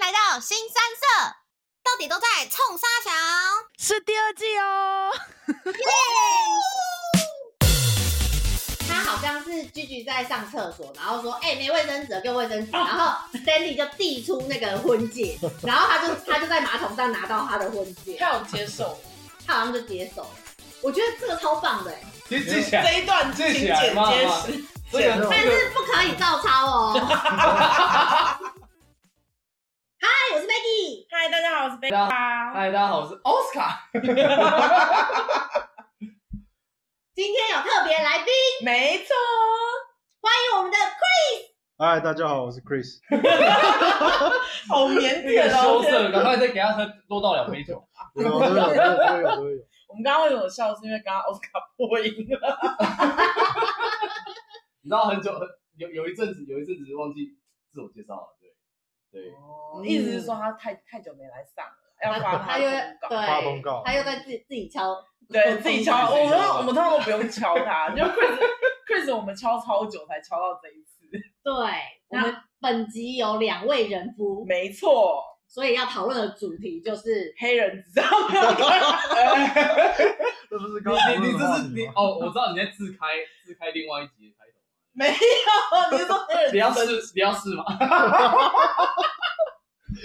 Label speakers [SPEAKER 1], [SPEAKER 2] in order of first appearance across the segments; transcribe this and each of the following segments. [SPEAKER 1] 来到新三社，到底都在冲沙墙。
[SPEAKER 2] 是第二季哦。
[SPEAKER 1] 他好像是居居在上厕所，然后说：“哎、没卫生纸了，给我卫生纸。”然后 Stanley 就递出那个婚 戒，然后他就他就在马桶上拿到他的婚戒，
[SPEAKER 3] 他有接受
[SPEAKER 1] 他好像就接手了。我觉得这个超棒的、欸，
[SPEAKER 4] 其实记起来，
[SPEAKER 3] 这一段情
[SPEAKER 4] 记
[SPEAKER 3] 简
[SPEAKER 4] 起来
[SPEAKER 3] 结
[SPEAKER 4] 嘛
[SPEAKER 3] 实，
[SPEAKER 4] 这个
[SPEAKER 1] 但是不可以照抄 哦。嗨，我是 Maggie，
[SPEAKER 3] 嗨，大家好，我是贝
[SPEAKER 4] 大
[SPEAKER 3] 卡。
[SPEAKER 4] 嗨，大家好，我是奥斯卡。
[SPEAKER 1] 今天有特别来宾，
[SPEAKER 3] 没错，
[SPEAKER 1] 欢迎我们的 Chris。
[SPEAKER 5] 嗨，大家好，我是 Chris。
[SPEAKER 3] 好腼
[SPEAKER 4] 那个
[SPEAKER 3] 腆哦
[SPEAKER 4] 羞。涩，赶快再给他喝多倒两杯酒。
[SPEAKER 5] 有都有都有都有都有。
[SPEAKER 3] 我们刚刚为什么笑？是因为刚刚奥斯卡破音了。
[SPEAKER 4] 你知道很久有有一阵子，有一阵子忘记自我介绍了，对对，
[SPEAKER 3] 意思是说他太太久没来上了，要发
[SPEAKER 1] 他
[SPEAKER 3] 他
[SPEAKER 1] 又
[SPEAKER 3] 的公告。
[SPEAKER 5] 发
[SPEAKER 1] 对
[SPEAKER 5] 公，告
[SPEAKER 1] 他又在自己自己敲，
[SPEAKER 3] 对自己敲，
[SPEAKER 4] 自己
[SPEAKER 3] 我
[SPEAKER 4] 敲
[SPEAKER 3] 们我们通常都不用敲他，就 Chris Chris 我们敲超久才敲到这一次。
[SPEAKER 1] 对，我们本集有两位人夫，
[SPEAKER 3] 没错，
[SPEAKER 1] 所以要讨论的主题就是
[SPEAKER 3] 黑人 知道没有？
[SPEAKER 5] 这不是刚刚
[SPEAKER 4] 你你你
[SPEAKER 5] 讨论的
[SPEAKER 4] 这
[SPEAKER 5] 话
[SPEAKER 4] 是
[SPEAKER 5] 题
[SPEAKER 4] 你
[SPEAKER 5] 吗
[SPEAKER 4] 哦，我知道你在自开自开另外一集的开头，
[SPEAKER 3] 没有，你是说黑人
[SPEAKER 4] 你要试你要试吗？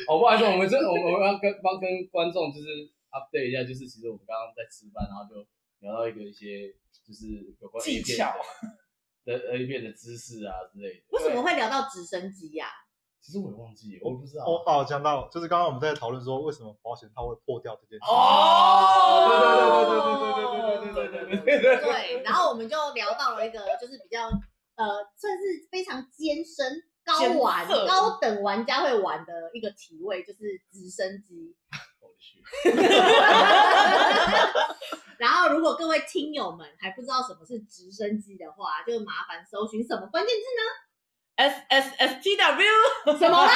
[SPEAKER 4] 哦，不好意思，我们这我们我们要跟帮跟观众就是 update 一下，就是其实我们刚刚在吃饭，然后就聊到一个一些就是有关
[SPEAKER 3] 技
[SPEAKER 4] A 片
[SPEAKER 3] 巧
[SPEAKER 4] 的的 A 片的知识啊之类的。
[SPEAKER 1] 为什么会聊到直升机呀、
[SPEAKER 4] 其实我也忘记，我也不知道。
[SPEAKER 5] 哦哦，讲到就是刚刚我们在讨论说为什么保险套会破掉这件事。
[SPEAKER 3] 哦
[SPEAKER 4] 对对对对对对对对对对对。
[SPEAKER 1] 对，然后我们就聊到了一个就是比较呃，算是非常艰深、高玩、
[SPEAKER 3] 艰涩
[SPEAKER 1] 高等玩家会玩的一个体位，就是直升机。
[SPEAKER 4] 我去，
[SPEAKER 1] 然后，如果各位听友们还不知道什么是直升机的话，就麻烦搜寻什么关键字
[SPEAKER 3] S S S T W，
[SPEAKER 1] 呢？什么 啦？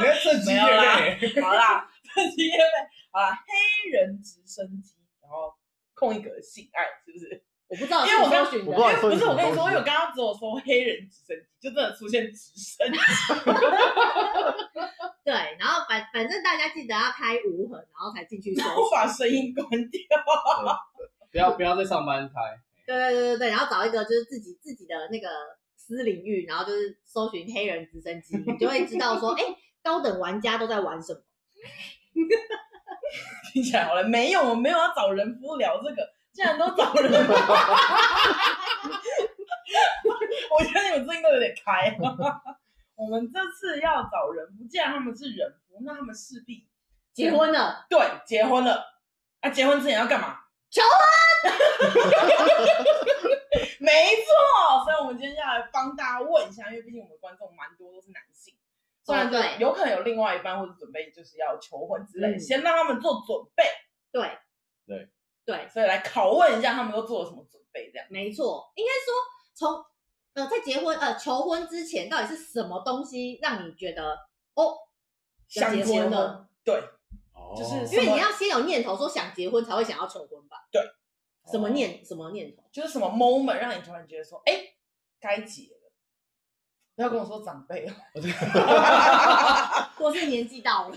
[SPEAKER 4] 你看这集
[SPEAKER 3] 没有啦，好啦，这期因为好啦，黑人直升机，然后空一格性爱是不是？
[SPEAKER 1] 我不知道
[SPEAKER 3] 因为我
[SPEAKER 1] 是
[SPEAKER 3] 刚
[SPEAKER 1] 搜寻
[SPEAKER 5] 我
[SPEAKER 1] 的
[SPEAKER 5] 不
[SPEAKER 3] 不
[SPEAKER 5] 知。道
[SPEAKER 3] 是我跟你说，因为我刚刚只有说黑人直升机，就真的出现直升 机，
[SPEAKER 1] 对，然后反反正大家记得要开无痕，然后才进去搜
[SPEAKER 3] 然后
[SPEAKER 1] 寻。
[SPEAKER 3] 把声音关掉。
[SPEAKER 4] 不要不要在上班开，
[SPEAKER 1] 对对对对对，然后找一个就是自己自己的那个私领域，然后就是搜寻黑人直升机，你就会知道 说，哎、高等玩家都在玩什么。
[SPEAKER 3] 听起来好了，没有，我没有要找人夫聊这个，竟然都找人夫。 我觉得你们最近都有点开。我们这次要找人夫，既然他们是人夫，那他们势必
[SPEAKER 1] 结
[SPEAKER 3] 嗯
[SPEAKER 1] 婚了，
[SPEAKER 3] 对结婚了。啊，结婚之前要干嘛？
[SPEAKER 1] 求
[SPEAKER 3] 婚。没错，所以我们今天要来帮大家问一下，因为毕竟我们观众蛮多都是男性，虽然
[SPEAKER 1] 哦对
[SPEAKER 3] 有可能有另外一半或者准备就是要求婚之类，
[SPEAKER 1] 嗯
[SPEAKER 3] 先让他们做准备。
[SPEAKER 1] 对
[SPEAKER 4] 对
[SPEAKER 1] 对，
[SPEAKER 3] 所以来拷问一下他们都做了什么准备，这样。
[SPEAKER 1] 没错，应该说从呃在结婚呃求婚之前，到底是什么东西让你觉得哦要结婚了？，
[SPEAKER 3] 对，
[SPEAKER 1] 因
[SPEAKER 3] 什
[SPEAKER 1] 为
[SPEAKER 3] 么
[SPEAKER 1] 你要先有念头说想结婚，才会想要求婚吧？
[SPEAKER 3] 对，
[SPEAKER 1] 什么念什么念头？
[SPEAKER 3] 就是什么 moment 让你突然觉得说，哎，该结了。不要跟我说长辈哦了，
[SPEAKER 1] 或是年纪到了？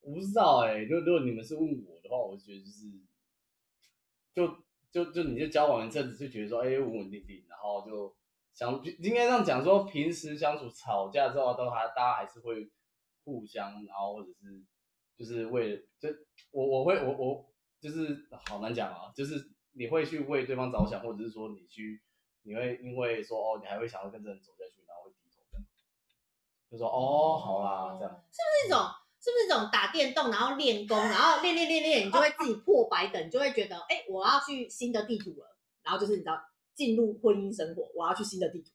[SPEAKER 4] 我不知道哎、如果如果你们是问我的话，我觉得就是，就就就你就交往一阵子就觉得说，哎、稳稳定定，然后就相就应该这样讲说，平时相处吵架之后都还大家还是会互相，然后或者是就是为了就我我会我我就是好难讲啊，就是你会去为对方着想，或者是说你去你会因为说哦，你还会想要跟这个人走下去，然后会低头这样，就说哦好啦这样。
[SPEAKER 1] 这种是不是这种打电动然后练功，然后练练练练，你就会自己破百等，你就会觉得哎、诶我要去新的地图了，然后就是你知道进入婚姻生活，我要去新的地图。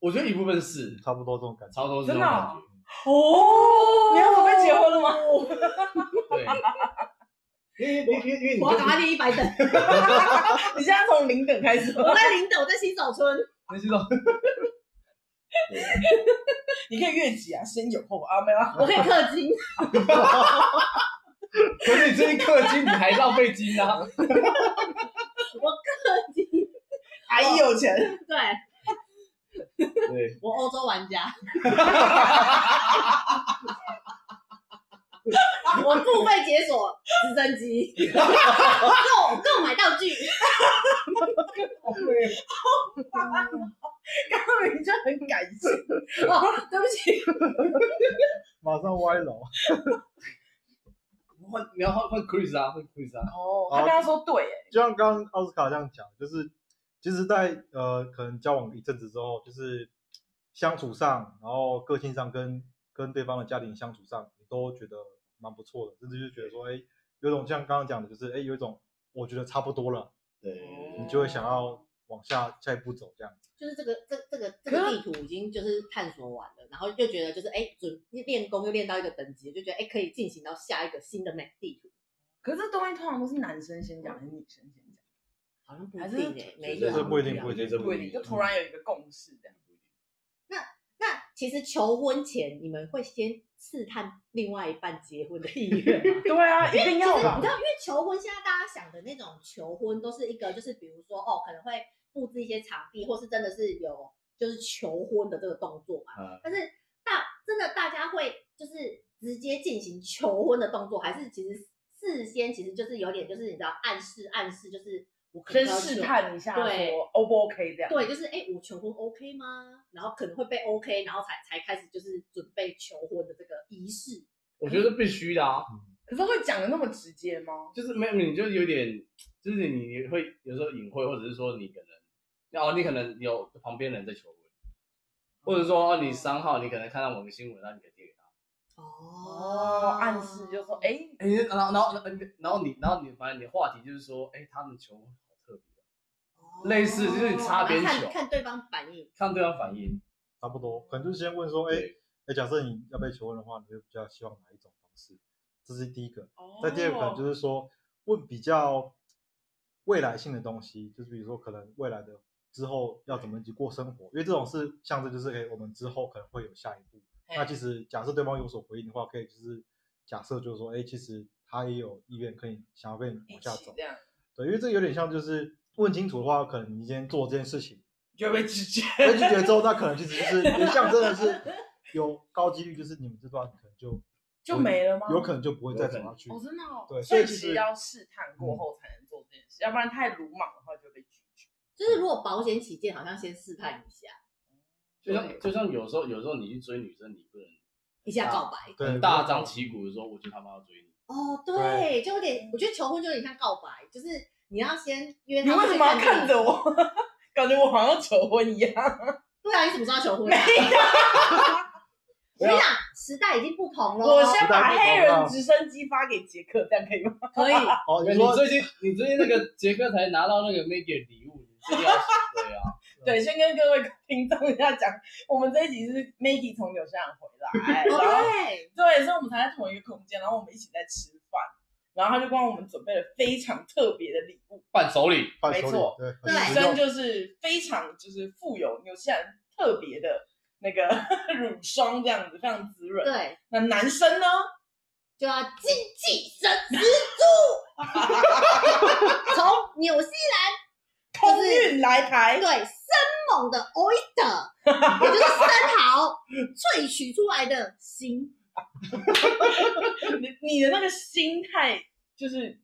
[SPEAKER 4] 我觉得一部分是
[SPEAKER 5] 差不多这种感觉。
[SPEAKER 4] 超多是这
[SPEAKER 3] 真
[SPEAKER 4] 种
[SPEAKER 3] 的
[SPEAKER 4] 感
[SPEAKER 3] 哦
[SPEAKER 4] 觉，
[SPEAKER 3] 哦，你要准备结婚了吗？
[SPEAKER 4] 对，因为因为因为因为你
[SPEAKER 1] 我要
[SPEAKER 4] 就
[SPEAKER 1] 赶快练一百等，
[SPEAKER 3] 你现在从零等开始吗，
[SPEAKER 1] 我在零等，我在新手村。
[SPEAKER 4] 那是种，对
[SPEAKER 3] 你可以越级啊，先有后啊，没有啊，
[SPEAKER 1] 我可以氪金，
[SPEAKER 4] 可是你最近氪金，你还浪费金啊？
[SPEAKER 1] 我氪金，
[SPEAKER 3] 阿姨有钱，
[SPEAKER 1] 对。
[SPEAKER 4] 对，
[SPEAKER 1] 我欧洲玩家，我付费解锁直升机， 购购买道具，
[SPEAKER 3] 刚刚你就很感性，
[SPEAKER 1] 哦，对不起，
[SPEAKER 5] 马上歪楼。
[SPEAKER 4] 换你要换换 Chris 啊，换 Chris 啊，
[SPEAKER 3] 哦，他跟他说对耶，
[SPEAKER 5] 就像刚刚奥斯卡这样讲，就是其实在，呃可能交往一阵子之后，就是相处上，然后个性上跟跟对方的家庭相处上，你都觉得蛮不错的，甚至就觉得说，哎，有种像刚刚讲的，就是哎有一种我觉得差不多了，
[SPEAKER 4] 对，
[SPEAKER 5] 你就会想要往下下一步走这样。
[SPEAKER 1] 就是这个这这个这个地图已经就是探索完了，然后又觉得就是哎准练功又练到一个等级，就觉得哎可以进行到下一个新的美地图，
[SPEAKER 3] 可是这东西通常都是男生先讲还是女生先讲？
[SPEAKER 1] 好像不一
[SPEAKER 3] 还是
[SPEAKER 1] 定哎，每一
[SPEAKER 4] 这
[SPEAKER 1] 个
[SPEAKER 5] 是
[SPEAKER 1] 好像
[SPEAKER 5] 不一定
[SPEAKER 1] 样
[SPEAKER 5] 不一定
[SPEAKER 4] 这
[SPEAKER 3] 不一定，就突然有一个共识这样。
[SPEAKER 1] 那其实求婚前，你们会先试探另外一半结婚的意愿吗？
[SPEAKER 3] 对啊，一定
[SPEAKER 1] 其
[SPEAKER 3] 要
[SPEAKER 1] 实你
[SPEAKER 3] 吧
[SPEAKER 1] 知。道，因为求婚现在大家想的那种求婚，都是一个就是比如说哦，可能会布置一些场地，或是真的是有就是求婚的这个动作嘛。
[SPEAKER 3] 嗯
[SPEAKER 4] 啊，
[SPEAKER 1] 但是大真的大家会就是直接进行求婚的动作，还是其实事先其实就是有点就是你知道暗示暗示就是我可能
[SPEAKER 3] 先
[SPEAKER 1] 要
[SPEAKER 3] 试
[SPEAKER 1] 求
[SPEAKER 3] 探一下，
[SPEAKER 1] 对
[SPEAKER 3] 说 O 不 OK 这样？
[SPEAKER 1] 对，就是哎、诶我求婚 OK 吗？然后可能会被 OK，然后才才开始就是准备求婚的这个仪式。
[SPEAKER 4] 我觉得必须的啊，
[SPEAKER 3] 可是会讲的那么直接吗？
[SPEAKER 4] 就是没有，你就有点，就是你会有时候隐晦，或者是说你可能，哦，你可能有旁边人在求婚，或者说、哦、你三号，你可能看到某个新闻，然后你可以贴给他，
[SPEAKER 3] 哦，暗示就说，哎、
[SPEAKER 4] 哎、然后然后然后你然后你反正你的话题就是说，哎、他们求婚好特别，哦类似就是你擦边
[SPEAKER 1] 哦然后
[SPEAKER 4] 球
[SPEAKER 1] 看看对方反应。
[SPEAKER 4] 看对方反应，
[SPEAKER 5] 差不多，可能就是先问说，哎
[SPEAKER 4] 对
[SPEAKER 5] 哎，假设你要被求婚的话，你会比较希望哪一种方式？这是第一个。
[SPEAKER 3] 哦
[SPEAKER 5] 再第二个可能就是说，问比较未来性的东西，就是比如说可能未来的之后要怎么一起过生活，因为这种是象征，就是哎、我们之后可能会有下一步。那
[SPEAKER 3] 嘿
[SPEAKER 5] 其实假设对方有所回应的话，可以就是假设就是说，哎、其实他也有意愿可以想要跟你
[SPEAKER 3] 一
[SPEAKER 5] 往下
[SPEAKER 3] 起
[SPEAKER 5] 走
[SPEAKER 3] 这，样，
[SPEAKER 5] 对，因为这有点像就是问清楚的话，可能你今天做这件事情。
[SPEAKER 3] 就会被拒绝。
[SPEAKER 5] 被拒绝之后，那可能其实就是也象征的是有高几率，就是你们这段可能就
[SPEAKER 3] 就没了吗
[SPEAKER 5] 有可能就不会再
[SPEAKER 4] 有可
[SPEAKER 5] 走
[SPEAKER 4] 能
[SPEAKER 5] 下去。
[SPEAKER 3] 哦，真的哦。
[SPEAKER 5] 对
[SPEAKER 3] 所
[SPEAKER 5] 所
[SPEAKER 3] 以
[SPEAKER 5] 以嗯
[SPEAKER 3] 其
[SPEAKER 5] 其
[SPEAKER 3] 实
[SPEAKER 5] 实
[SPEAKER 3] 要试探过后才能做这件事，要不然太鲁莽的话就会被拒绝。
[SPEAKER 1] 就是如果保险起见，好像先试探一下，
[SPEAKER 4] 就像就像有时候有时候你去追女生，你不能
[SPEAKER 1] 一下
[SPEAKER 4] 啊
[SPEAKER 1] 告白。
[SPEAKER 5] 对
[SPEAKER 4] 很大张旗鼓的说，我觉得他妈要追你，
[SPEAKER 1] 哦，对，
[SPEAKER 5] 对
[SPEAKER 1] 就有点，我觉得求婚就有点像告白，就是你要先约
[SPEAKER 3] 你
[SPEAKER 1] 他。
[SPEAKER 3] 为什么要看着？我？感觉我好像求婚一样。
[SPEAKER 1] 对啊，你什么时候要求婚啊？我跟你讲，时代已经不同了。
[SPEAKER 3] 我先把
[SPEAKER 5] 时代不同
[SPEAKER 3] 黑人
[SPEAKER 5] 了
[SPEAKER 3] 直升机发给杰克，这样可以吗？
[SPEAKER 1] 可以，
[SPEAKER 5] 哦，
[SPEAKER 4] 哎你
[SPEAKER 5] 你说
[SPEAKER 4] 最近你最近那个杰克才拿到那个 Maggie 的礼物，你这要对啊，
[SPEAKER 3] 对，先跟各位听众一下讲，我们这一集是 Maggie 从纽西兰回来，然
[SPEAKER 1] 哦
[SPEAKER 3] 后
[SPEAKER 1] 对，
[SPEAKER 3] 对，所以我们才在同一个空间，然后我们一起在吃饭，然后他就帮我们准备了非常特别的礼物，
[SPEAKER 4] 伴手礼，
[SPEAKER 5] 伴
[SPEAKER 3] 没
[SPEAKER 5] 手礼
[SPEAKER 3] 错，
[SPEAKER 5] 对，
[SPEAKER 1] 对
[SPEAKER 5] 很
[SPEAKER 3] 女
[SPEAKER 5] 实
[SPEAKER 3] 生
[SPEAKER 5] 用
[SPEAKER 3] 就是非常就是富有纽西兰特别的那个 乳霜这样子，非常滋润。
[SPEAKER 1] 对，
[SPEAKER 3] 那男生呢？
[SPEAKER 1] 就要经济神十足，从纽西
[SPEAKER 3] 空运来台
[SPEAKER 1] 兰，对生猛的 oyster，也就是生蚝萃取出来的心，
[SPEAKER 3] 你你的那个心态就是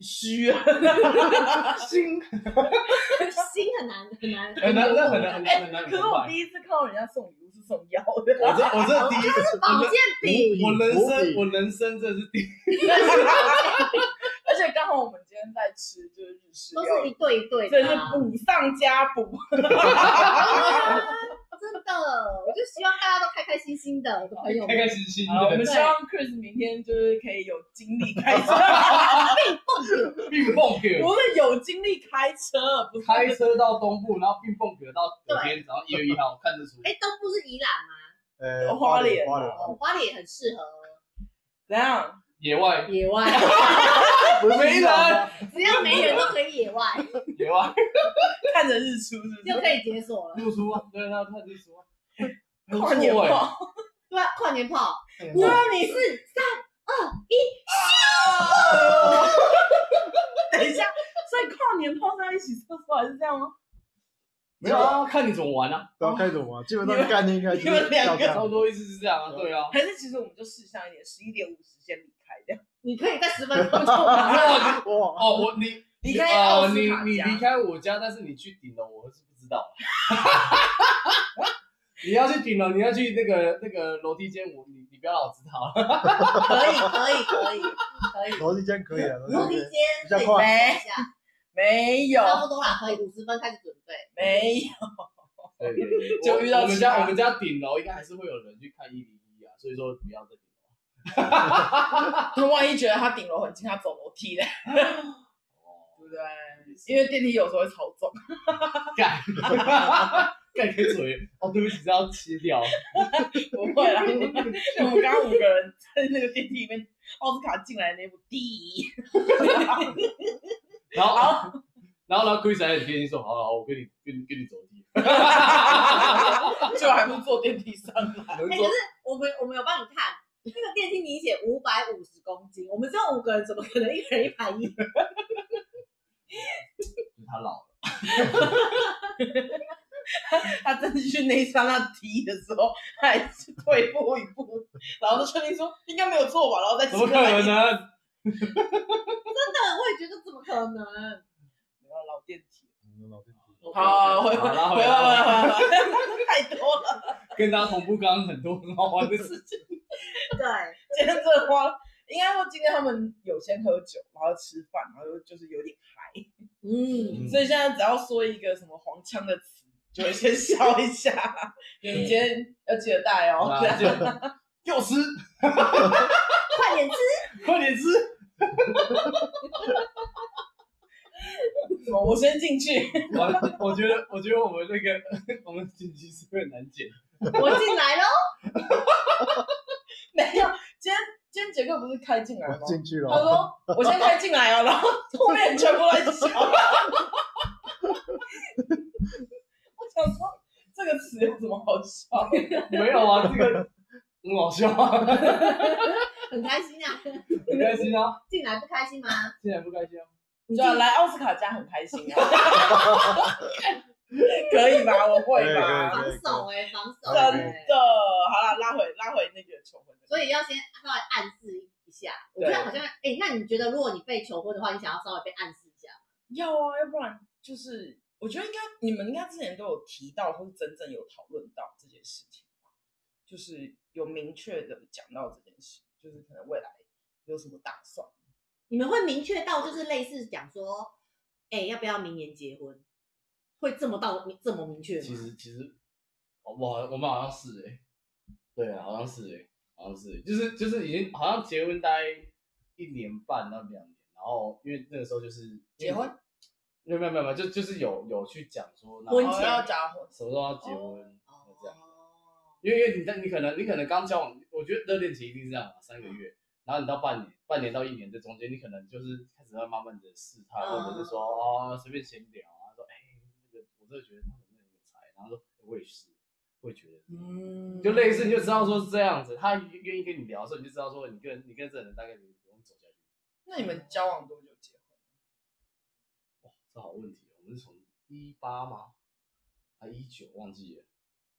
[SPEAKER 3] 虚啊，
[SPEAKER 4] 心
[SPEAKER 1] 心很难很难
[SPEAKER 4] 很难很难很
[SPEAKER 3] 哎、
[SPEAKER 4] 难很难。
[SPEAKER 3] 可是我第一次看到人家送礼物是送药的，
[SPEAKER 4] 我这我这第一次，
[SPEAKER 1] 保健品，
[SPEAKER 4] 我人
[SPEAKER 5] 无
[SPEAKER 4] 生
[SPEAKER 5] 比
[SPEAKER 4] 我人生这是第一
[SPEAKER 3] 而且刚好我们今天在吃就是日式
[SPEAKER 1] 都是
[SPEAKER 3] 料
[SPEAKER 1] 一
[SPEAKER 3] 理，
[SPEAKER 1] 对一对
[SPEAKER 3] 真
[SPEAKER 1] 的
[SPEAKER 3] 的是
[SPEAKER 1] 啊、
[SPEAKER 3] 补上加补。
[SPEAKER 1] 真的，我就希望大家都开开心心的，我的朋友
[SPEAKER 4] 开
[SPEAKER 1] 们
[SPEAKER 4] 开心心
[SPEAKER 3] 好，我们
[SPEAKER 4] 的
[SPEAKER 3] 希望 Chris 明天就是可以有精力开车，
[SPEAKER 4] 并蹦给
[SPEAKER 3] 不是有精力开车，不是
[SPEAKER 4] 开车到东部，然后并蹦给到隔天，然后一月一号看得出。
[SPEAKER 1] 哎，东部是宜兰吗？
[SPEAKER 5] 呃
[SPEAKER 3] 花莲
[SPEAKER 5] 花莲
[SPEAKER 3] 嘛，
[SPEAKER 1] 哦，花莲也很适合
[SPEAKER 3] 怎样？
[SPEAKER 4] 野外
[SPEAKER 1] 野外，
[SPEAKER 5] 不是
[SPEAKER 4] 没
[SPEAKER 3] 啊
[SPEAKER 4] 人，
[SPEAKER 1] 只要没人都可以野外，
[SPEAKER 4] 野外
[SPEAKER 3] 看着日出是不？
[SPEAKER 1] 就是可以解锁了。
[SPEAKER 4] 露出啊，对，然后看日出啊，不
[SPEAKER 3] 跨年
[SPEAKER 4] 错哎
[SPEAKER 3] 炮，
[SPEAKER 1] 对啊，跨年炮，
[SPEAKER 5] 嗯
[SPEAKER 1] 五四三二一，
[SPEAKER 3] 等一下，所以跨年炮在一起厕所还是这样吗？
[SPEAKER 4] 没有啊，看你怎么玩啊，
[SPEAKER 5] 不要开什么啊，基本上
[SPEAKER 3] 你们
[SPEAKER 5] 概念应该就
[SPEAKER 3] 你们
[SPEAKER 5] 是
[SPEAKER 3] 两
[SPEAKER 5] 要
[SPEAKER 3] 个
[SPEAKER 5] 这样
[SPEAKER 4] 差不多意思是这样啊，
[SPEAKER 5] 对
[SPEAKER 4] 对啊。
[SPEAKER 3] 还是其实我们就事项一点，十一点五十先离开这样。
[SPEAKER 1] 你可以在十分钟后把 它
[SPEAKER 4] 哇
[SPEAKER 5] 哇，
[SPEAKER 4] 哦，我你
[SPEAKER 3] 离开奥
[SPEAKER 4] 哦，
[SPEAKER 3] 斯
[SPEAKER 4] 你
[SPEAKER 3] 卡
[SPEAKER 4] 你
[SPEAKER 3] 家
[SPEAKER 4] 离开我家，但是你去顶楼，我是不知 道。你要去顶楼，你要去那个那个楼梯间，我你你不要老知道。
[SPEAKER 1] 可以可以 可以可以，
[SPEAKER 5] 楼梯间可以啊，
[SPEAKER 1] 楼
[SPEAKER 5] 楼
[SPEAKER 1] 梯
[SPEAKER 5] 梯
[SPEAKER 1] 间
[SPEAKER 5] 间
[SPEAKER 1] 可以拍一下，
[SPEAKER 3] 没有，
[SPEAKER 1] 差不多啦，可以五十分开始准备。
[SPEAKER 3] 没有，
[SPEAKER 4] 对对对
[SPEAKER 3] 就
[SPEAKER 4] 我
[SPEAKER 3] 遇到
[SPEAKER 4] 我们
[SPEAKER 3] 其
[SPEAKER 4] 家
[SPEAKER 3] 他
[SPEAKER 4] 我们家顶楼应该还是会有人去看一零一啊，所以说不要再顶楼。
[SPEAKER 3] 他万一觉得他顶楼很近，他走楼梯嘞，对不对？因为电梯有时候会超重。
[SPEAKER 4] 干 干个嘴哦，对不起，这要切掉。
[SPEAKER 3] 不会啦，我们我们刚刚五个人在那个电梯里面，奥斯卡进来的那部第一，
[SPEAKER 4] 然后 然后然后 Chris 还很贴心说，好好，好我跟你跟你跟你走地，
[SPEAKER 3] 就还不坐电梯上来，
[SPEAKER 4] 能
[SPEAKER 1] 哎，可
[SPEAKER 4] 走
[SPEAKER 1] 是我们我们有帮你看那个电梯，你写五百五十公斤，我们只有五个人，怎么可能一个人一百一？
[SPEAKER 4] 就是他老了。
[SPEAKER 3] 他真的去那一刹那踢的时候，他还是退步一步，然后就确定说应该没有错吧，然后再
[SPEAKER 4] 怎么
[SPEAKER 3] 进
[SPEAKER 4] 可
[SPEAKER 3] 来。
[SPEAKER 4] 能呢？
[SPEAKER 1] 那我也觉得怎么可能？
[SPEAKER 3] 没有老电梯，
[SPEAKER 5] 嗯楼梯间
[SPEAKER 3] 好，回
[SPEAKER 4] 好拉
[SPEAKER 3] 回
[SPEAKER 4] 回来拉回来
[SPEAKER 3] 回回，太多了，
[SPEAKER 4] 跟大家同步刚刚很多很好玩的事情。
[SPEAKER 1] 对，
[SPEAKER 3] 今天真的花了。应该说今天他们有先喝酒，然后吃饭，然后就是有点嗨。
[SPEAKER 1] 嗯，
[SPEAKER 3] 所以现在只要说一个什么黄腔的词，就会先笑一 下。你们今天要记得带哦。
[SPEAKER 4] 啊
[SPEAKER 3] 这样
[SPEAKER 4] 就又吃，
[SPEAKER 1] 快点吃，
[SPEAKER 4] 快点吃。
[SPEAKER 3] 我先进去，
[SPEAKER 4] 我我觉得，我觉得我们那个 我们剪辑是很难剪。
[SPEAKER 1] 我进来喽。
[SPEAKER 3] 没有。今天今天杰克不是开进来吗？
[SPEAKER 5] 我进去
[SPEAKER 3] 他
[SPEAKER 5] 了，
[SPEAKER 3] 说我先开进来哦， 然后后面全部在笑。 我想说这个词有什么好 笑？
[SPEAKER 4] 没有啊，这个很好笑啊，
[SPEAKER 1] 很开心啊，
[SPEAKER 4] 很开心啊，
[SPEAKER 1] 进来不开心吗？
[SPEAKER 4] 竟然不开心啊。
[SPEAKER 1] 你
[SPEAKER 3] 对啊，来奥斯卡家很开心 啊。可以吧？我会吧？
[SPEAKER 1] 防守哎、防守
[SPEAKER 3] 真
[SPEAKER 1] 哎、
[SPEAKER 3] 的，好了，拉回拉回那个求婚的。
[SPEAKER 1] 所以要先稍微暗示一下。我觉得好像，哎、那你觉得如果你被求婚的话，你想要稍微被暗示一下？
[SPEAKER 3] 要啊，要不然就是我觉得应该你们应该之前都有提到，或是真正有讨论到这件事情吧，就是有明确的讲到这件事，就是可能未来有什么打算。
[SPEAKER 1] 你们会明确到就是类似讲说，哎、要不要明年结婚？会这么到这么明确吗？
[SPEAKER 4] 其实其实，我我们好像是哎、对啊，好像是哎、好像是欸、就是就是已经好像结婚待一年半到两年，然后因为那个时候就是
[SPEAKER 3] 结婚，
[SPEAKER 4] 因为没有没有没有，就就是有有去讲说那
[SPEAKER 1] 婚
[SPEAKER 3] 哦
[SPEAKER 1] 前
[SPEAKER 3] 要结婚，
[SPEAKER 4] 什么时候要结婚，
[SPEAKER 1] 哦
[SPEAKER 4] 这样。因为因为你在你可能你可能刚交往，我觉得热恋期一定是这样嘛，三个月，然后你到半年，半年到一年这中间，你可能就是开始要慢慢的试探，
[SPEAKER 1] 嗯
[SPEAKER 4] 或者是说哦随便闲聊啊，说哎那个我真的觉得他们真的很有才，然后说我也是，我也觉得，
[SPEAKER 3] 嗯
[SPEAKER 4] 就类似你就知道说是这样子，他愿意跟你聊的时候，你就知道说你跟你跟这个人大概你怎么走下去。
[SPEAKER 3] 那你们交往多久结婚？
[SPEAKER 4] 哇，这好问题哦，我们是从一八吗？还一九忘记了，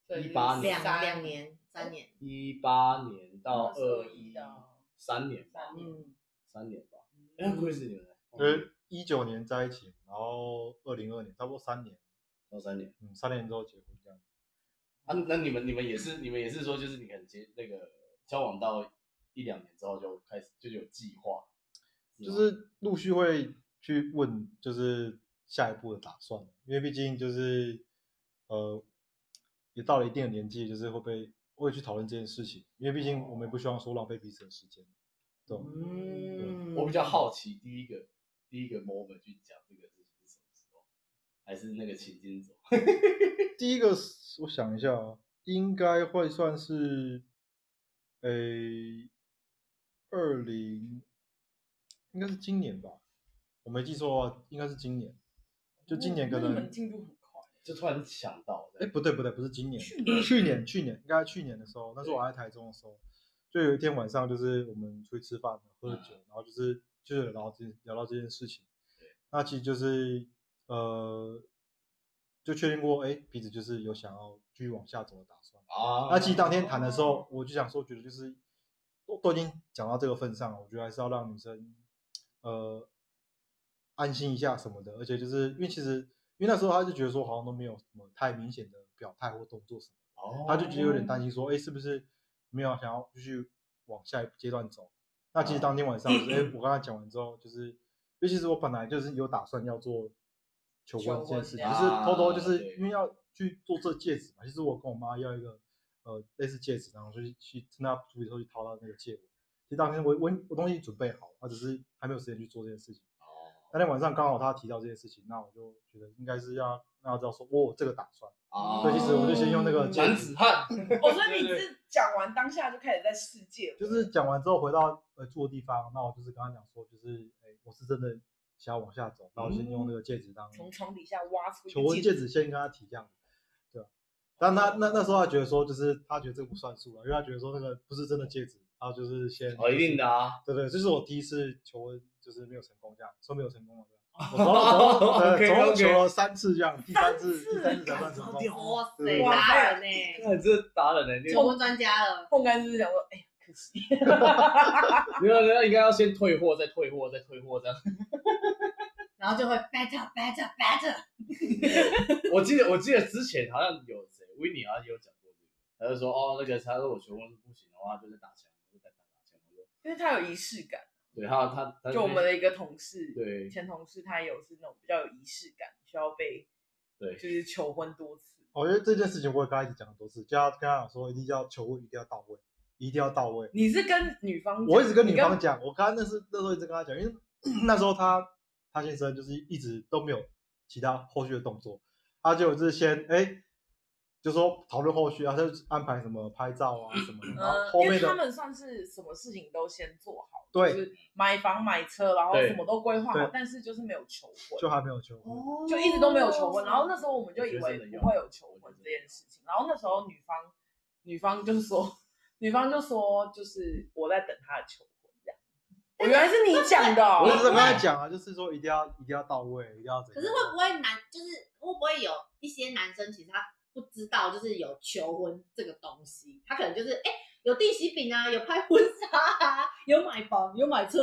[SPEAKER 3] 所以
[SPEAKER 4] 18
[SPEAKER 1] 两
[SPEAKER 3] 三
[SPEAKER 1] 两，年、三年，
[SPEAKER 4] 一八年到
[SPEAKER 3] 那是
[SPEAKER 4] 二
[SPEAKER 3] 21
[SPEAKER 4] 一
[SPEAKER 3] 到，
[SPEAKER 4] 三年吧，
[SPEAKER 3] 三年。
[SPEAKER 4] 三年吧。哎，不会是你们哦的，
[SPEAKER 5] 呃，一九年在一起，然后二零二年差不多三年，
[SPEAKER 4] 到三年
[SPEAKER 5] 嗯，三年之后结婚这样。
[SPEAKER 4] 啊？那你们你们也是你们也是说，就是你很结那个交往到一两年之后就开始就有计划，
[SPEAKER 5] 就
[SPEAKER 3] 啊
[SPEAKER 4] 吗
[SPEAKER 5] 是陆续会去问，就是下一步的打算，因为毕竟就是呃，也到了一定的年纪，就是会被会去讨论这件事情，因为毕竟我们也不希望说浪费彼此的时间，对吧，
[SPEAKER 1] 嗯，
[SPEAKER 4] 我比较好奇第一个第一个 moment 去讲这个事情是什么时候，还是那个情境走？
[SPEAKER 5] 第一个是我想一下啊，应该会算是，诶，二零，应该是今年吧，我没记错的话，应该是今年，就今年可
[SPEAKER 3] 哦那你
[SPEAKER 5] 能
[SPEAKER 3] 们，进度很快，
[SPEAKER 4] 就突然想到的
[SPEAKER 5] 哎，，不对不对，不是今年，
[SPEAKER 3] 去年
[SPEAKER 5] 去年去年应该去年的时候，那时候我还在台中的时候，就有一天晚上就是我们出去吃饭喝酒，
[SPEAKER 3] 嗯
[SPEAKER 5] 然后就是就是聊到这聊到这件事情，那其实就是呃，就确定过，哎，彼此就是有想要继续往下走的打算。
[SPEAKER 4] 啊
[SPEAKER 5] 哎那其实当天谈的时候，我就想说，觉得就是都都已经讲到这个份上了，我觉得还是要让女生呃安心一下什么的。而且就是因为其实因为那时候他就觉得说好像都没有什么太明显的表态或动作什么的，
[SPEAKER 4] 哦
[SPEAKER 5] 他就觉得有点担心说，哎，是不是没有想要继续往下一阶段走？那
[SPEAKER 4] 哦
[SPEAKER 5] 其实当天晚上，就是哎，我跟他讲完之后，就是因为其实我本来就是有打算要做求婚这件事情，
[SPEAKER 4] 求
[SPEAKER 5] 就
[SPEAKER 4] 婚
[SPEAKER 5] 是偷偷就
[SPEAKER 4] 啊对
[SPEAKER 5] 是因为要去做这戒指嘛，其实我跟我妈要一个呃类似戒指，然后就去去趁她处理的时候去掏到那个戒指。其实当天我我我东西准备好，她只是还没有时间去做这件事情。
[SPEAKER 4] 哦
[SPEAKER 5] 那天晚上刚好她提到这件事情，那我就觉得应该是要让她知道说我有这个打算，
[SPEAKER 4] 哦
[SPEAKER 5] 啊所以其实我就先用那个戒
[SPEAKER 4] 男
[SPEAKER 5] 指
[SPEAKER 4] 子，汉，
[SPEAKER 3] 我说哦你
[SPEAKER 4] 对
[SPEAKER 3] 是讲完当下就开始在世界，
[SPEAKER 5] 就是讲完之后回到呃住的地方，那我就是跟她讲说，就是哎我是真的想要往下走，那我先用那个戒指当
[SPEAKER 3] 从床底下挖出一
[SPEAKER 5] 求婚
[SPEAKER 3] 个戒
[SPEAKER 5] 戒指先跟他提这样子，对吧、但他那那时候他觉得说，就是他觉得这个不算数了，啊因为他觉得说那个不是真的戒指，然后就是先
[SPEAKER 4] 哦，一定的， 啊，
[SPEAKER 5] 对对，这是我第一次求婚，就是没有成功这样，说没有成功了，对吧？我总共呃
[SPEAKER 4] OK，OK
[SPEAKER 5] 总共求了三次这样，第三次
[SPEAKER 3] 三次
[SPEAKER 5] 第三次才算成
[SPEAKER 4] 好
[SPEAKER 5] 功。
[SPEAKER 4] 屌哦！
[SPEAKER 1] 哇塞，
[SPEAKER 5] 对
[SPEAKER 1] 达人呢、
[SPEAKER 4] 看这达人呢，
[SPEAKER 1] 求婚专家了。
[SPEAKER 3] 碰干就是想说，哎呀，可惜，
[SPEAKER 4] 没有，人家应该要先退货，再退货，再退货这样。
[SPEAKER 1] 然后就会 better better better。
[SPEAKER 4] 我记得我记得之前好像有谁维尼好像有讲过这个，他就说哦那个他说我求婚不行的话就是打枪，就打打打枪。我说
[SPEAKER 3] 因为他有仪式感。
[SPEAKER 4] 对，他他
[SPEAKER 5] 呃
[SPEAKER 4] 他
[SPEAKER 3] 就我们的一个同事，
[SPEAKER 4] 对
[SPEAKER 3] 前同事，他也有是那种比较有仪式感，需要被
[SPEAKER 4] 对
[SPEAKER 3] 就是求婚多次。
[SPEAKER 5] 我觉得这件事情我也跟他一直讲很多次，就要跟他讲说，一定要求婚一定要到位，一定要到位。
[SPEAKER 3] 你是跟女方讲，
[SPEAKER 5] 我一直跟女
[SPEAKER 3] 你
[SPEAKER 5] 方讲，我刚刚那是那时候一直跟她讲，因为 那时候她她先生就是一直都没有其他后续的动作，他就是先哎、就说讨论后续啊，他就安排什么拍照啊什么的，然后
[SPEAKER 3] 呃，
[SPEAKER 5] 后
[SPEAKER 3] 因为
[SPEAKER 5] 面
[SPEAKER 3] 他
[SPEAKER 5] 的
[SPEAKER 3] 们算是什么事情都先做好，
[SPEAKER 5] 对
[SPEAKER 3] 就是买房买车，然后
[SPEAKER 4] 对
[SPEAKER 3] 什么都规划好
[SPEAKER 5] 对，
[SPEAKER 3] 但是就是没有求婚，
[SPEAKER 5] 就还没有求婚，
[SPEAKER 1] 哦
[SPEAKER 3] 就一直都没有求婚。然后那时候我们就
[SPEAKER 4] 我
[SPEAKER 3] 以
[SPEAKER 4] 觉得
[SPEAKER 3] 为
[SPEAKER 4] 真的有
[SPEAKER 3] 不会有求婚这件事情，然后那时候女方女方就说，女方就说就是我在等他的求婚这样。我原来是你讲的哦，
[SPEAKER 5] 我一直跟她讲啊，就是说一定要一定要到位，一定要怎
[SPEAKER 1] 可
[SPEAKER 5] 样。
[SPEAKER 1] 是会不会男，就是会不会有一些男生其实他不知道，就是有求婚这个东西，他可能就是哎、诶有地喜饼啊，有拍婚纱啊，有买房，有买车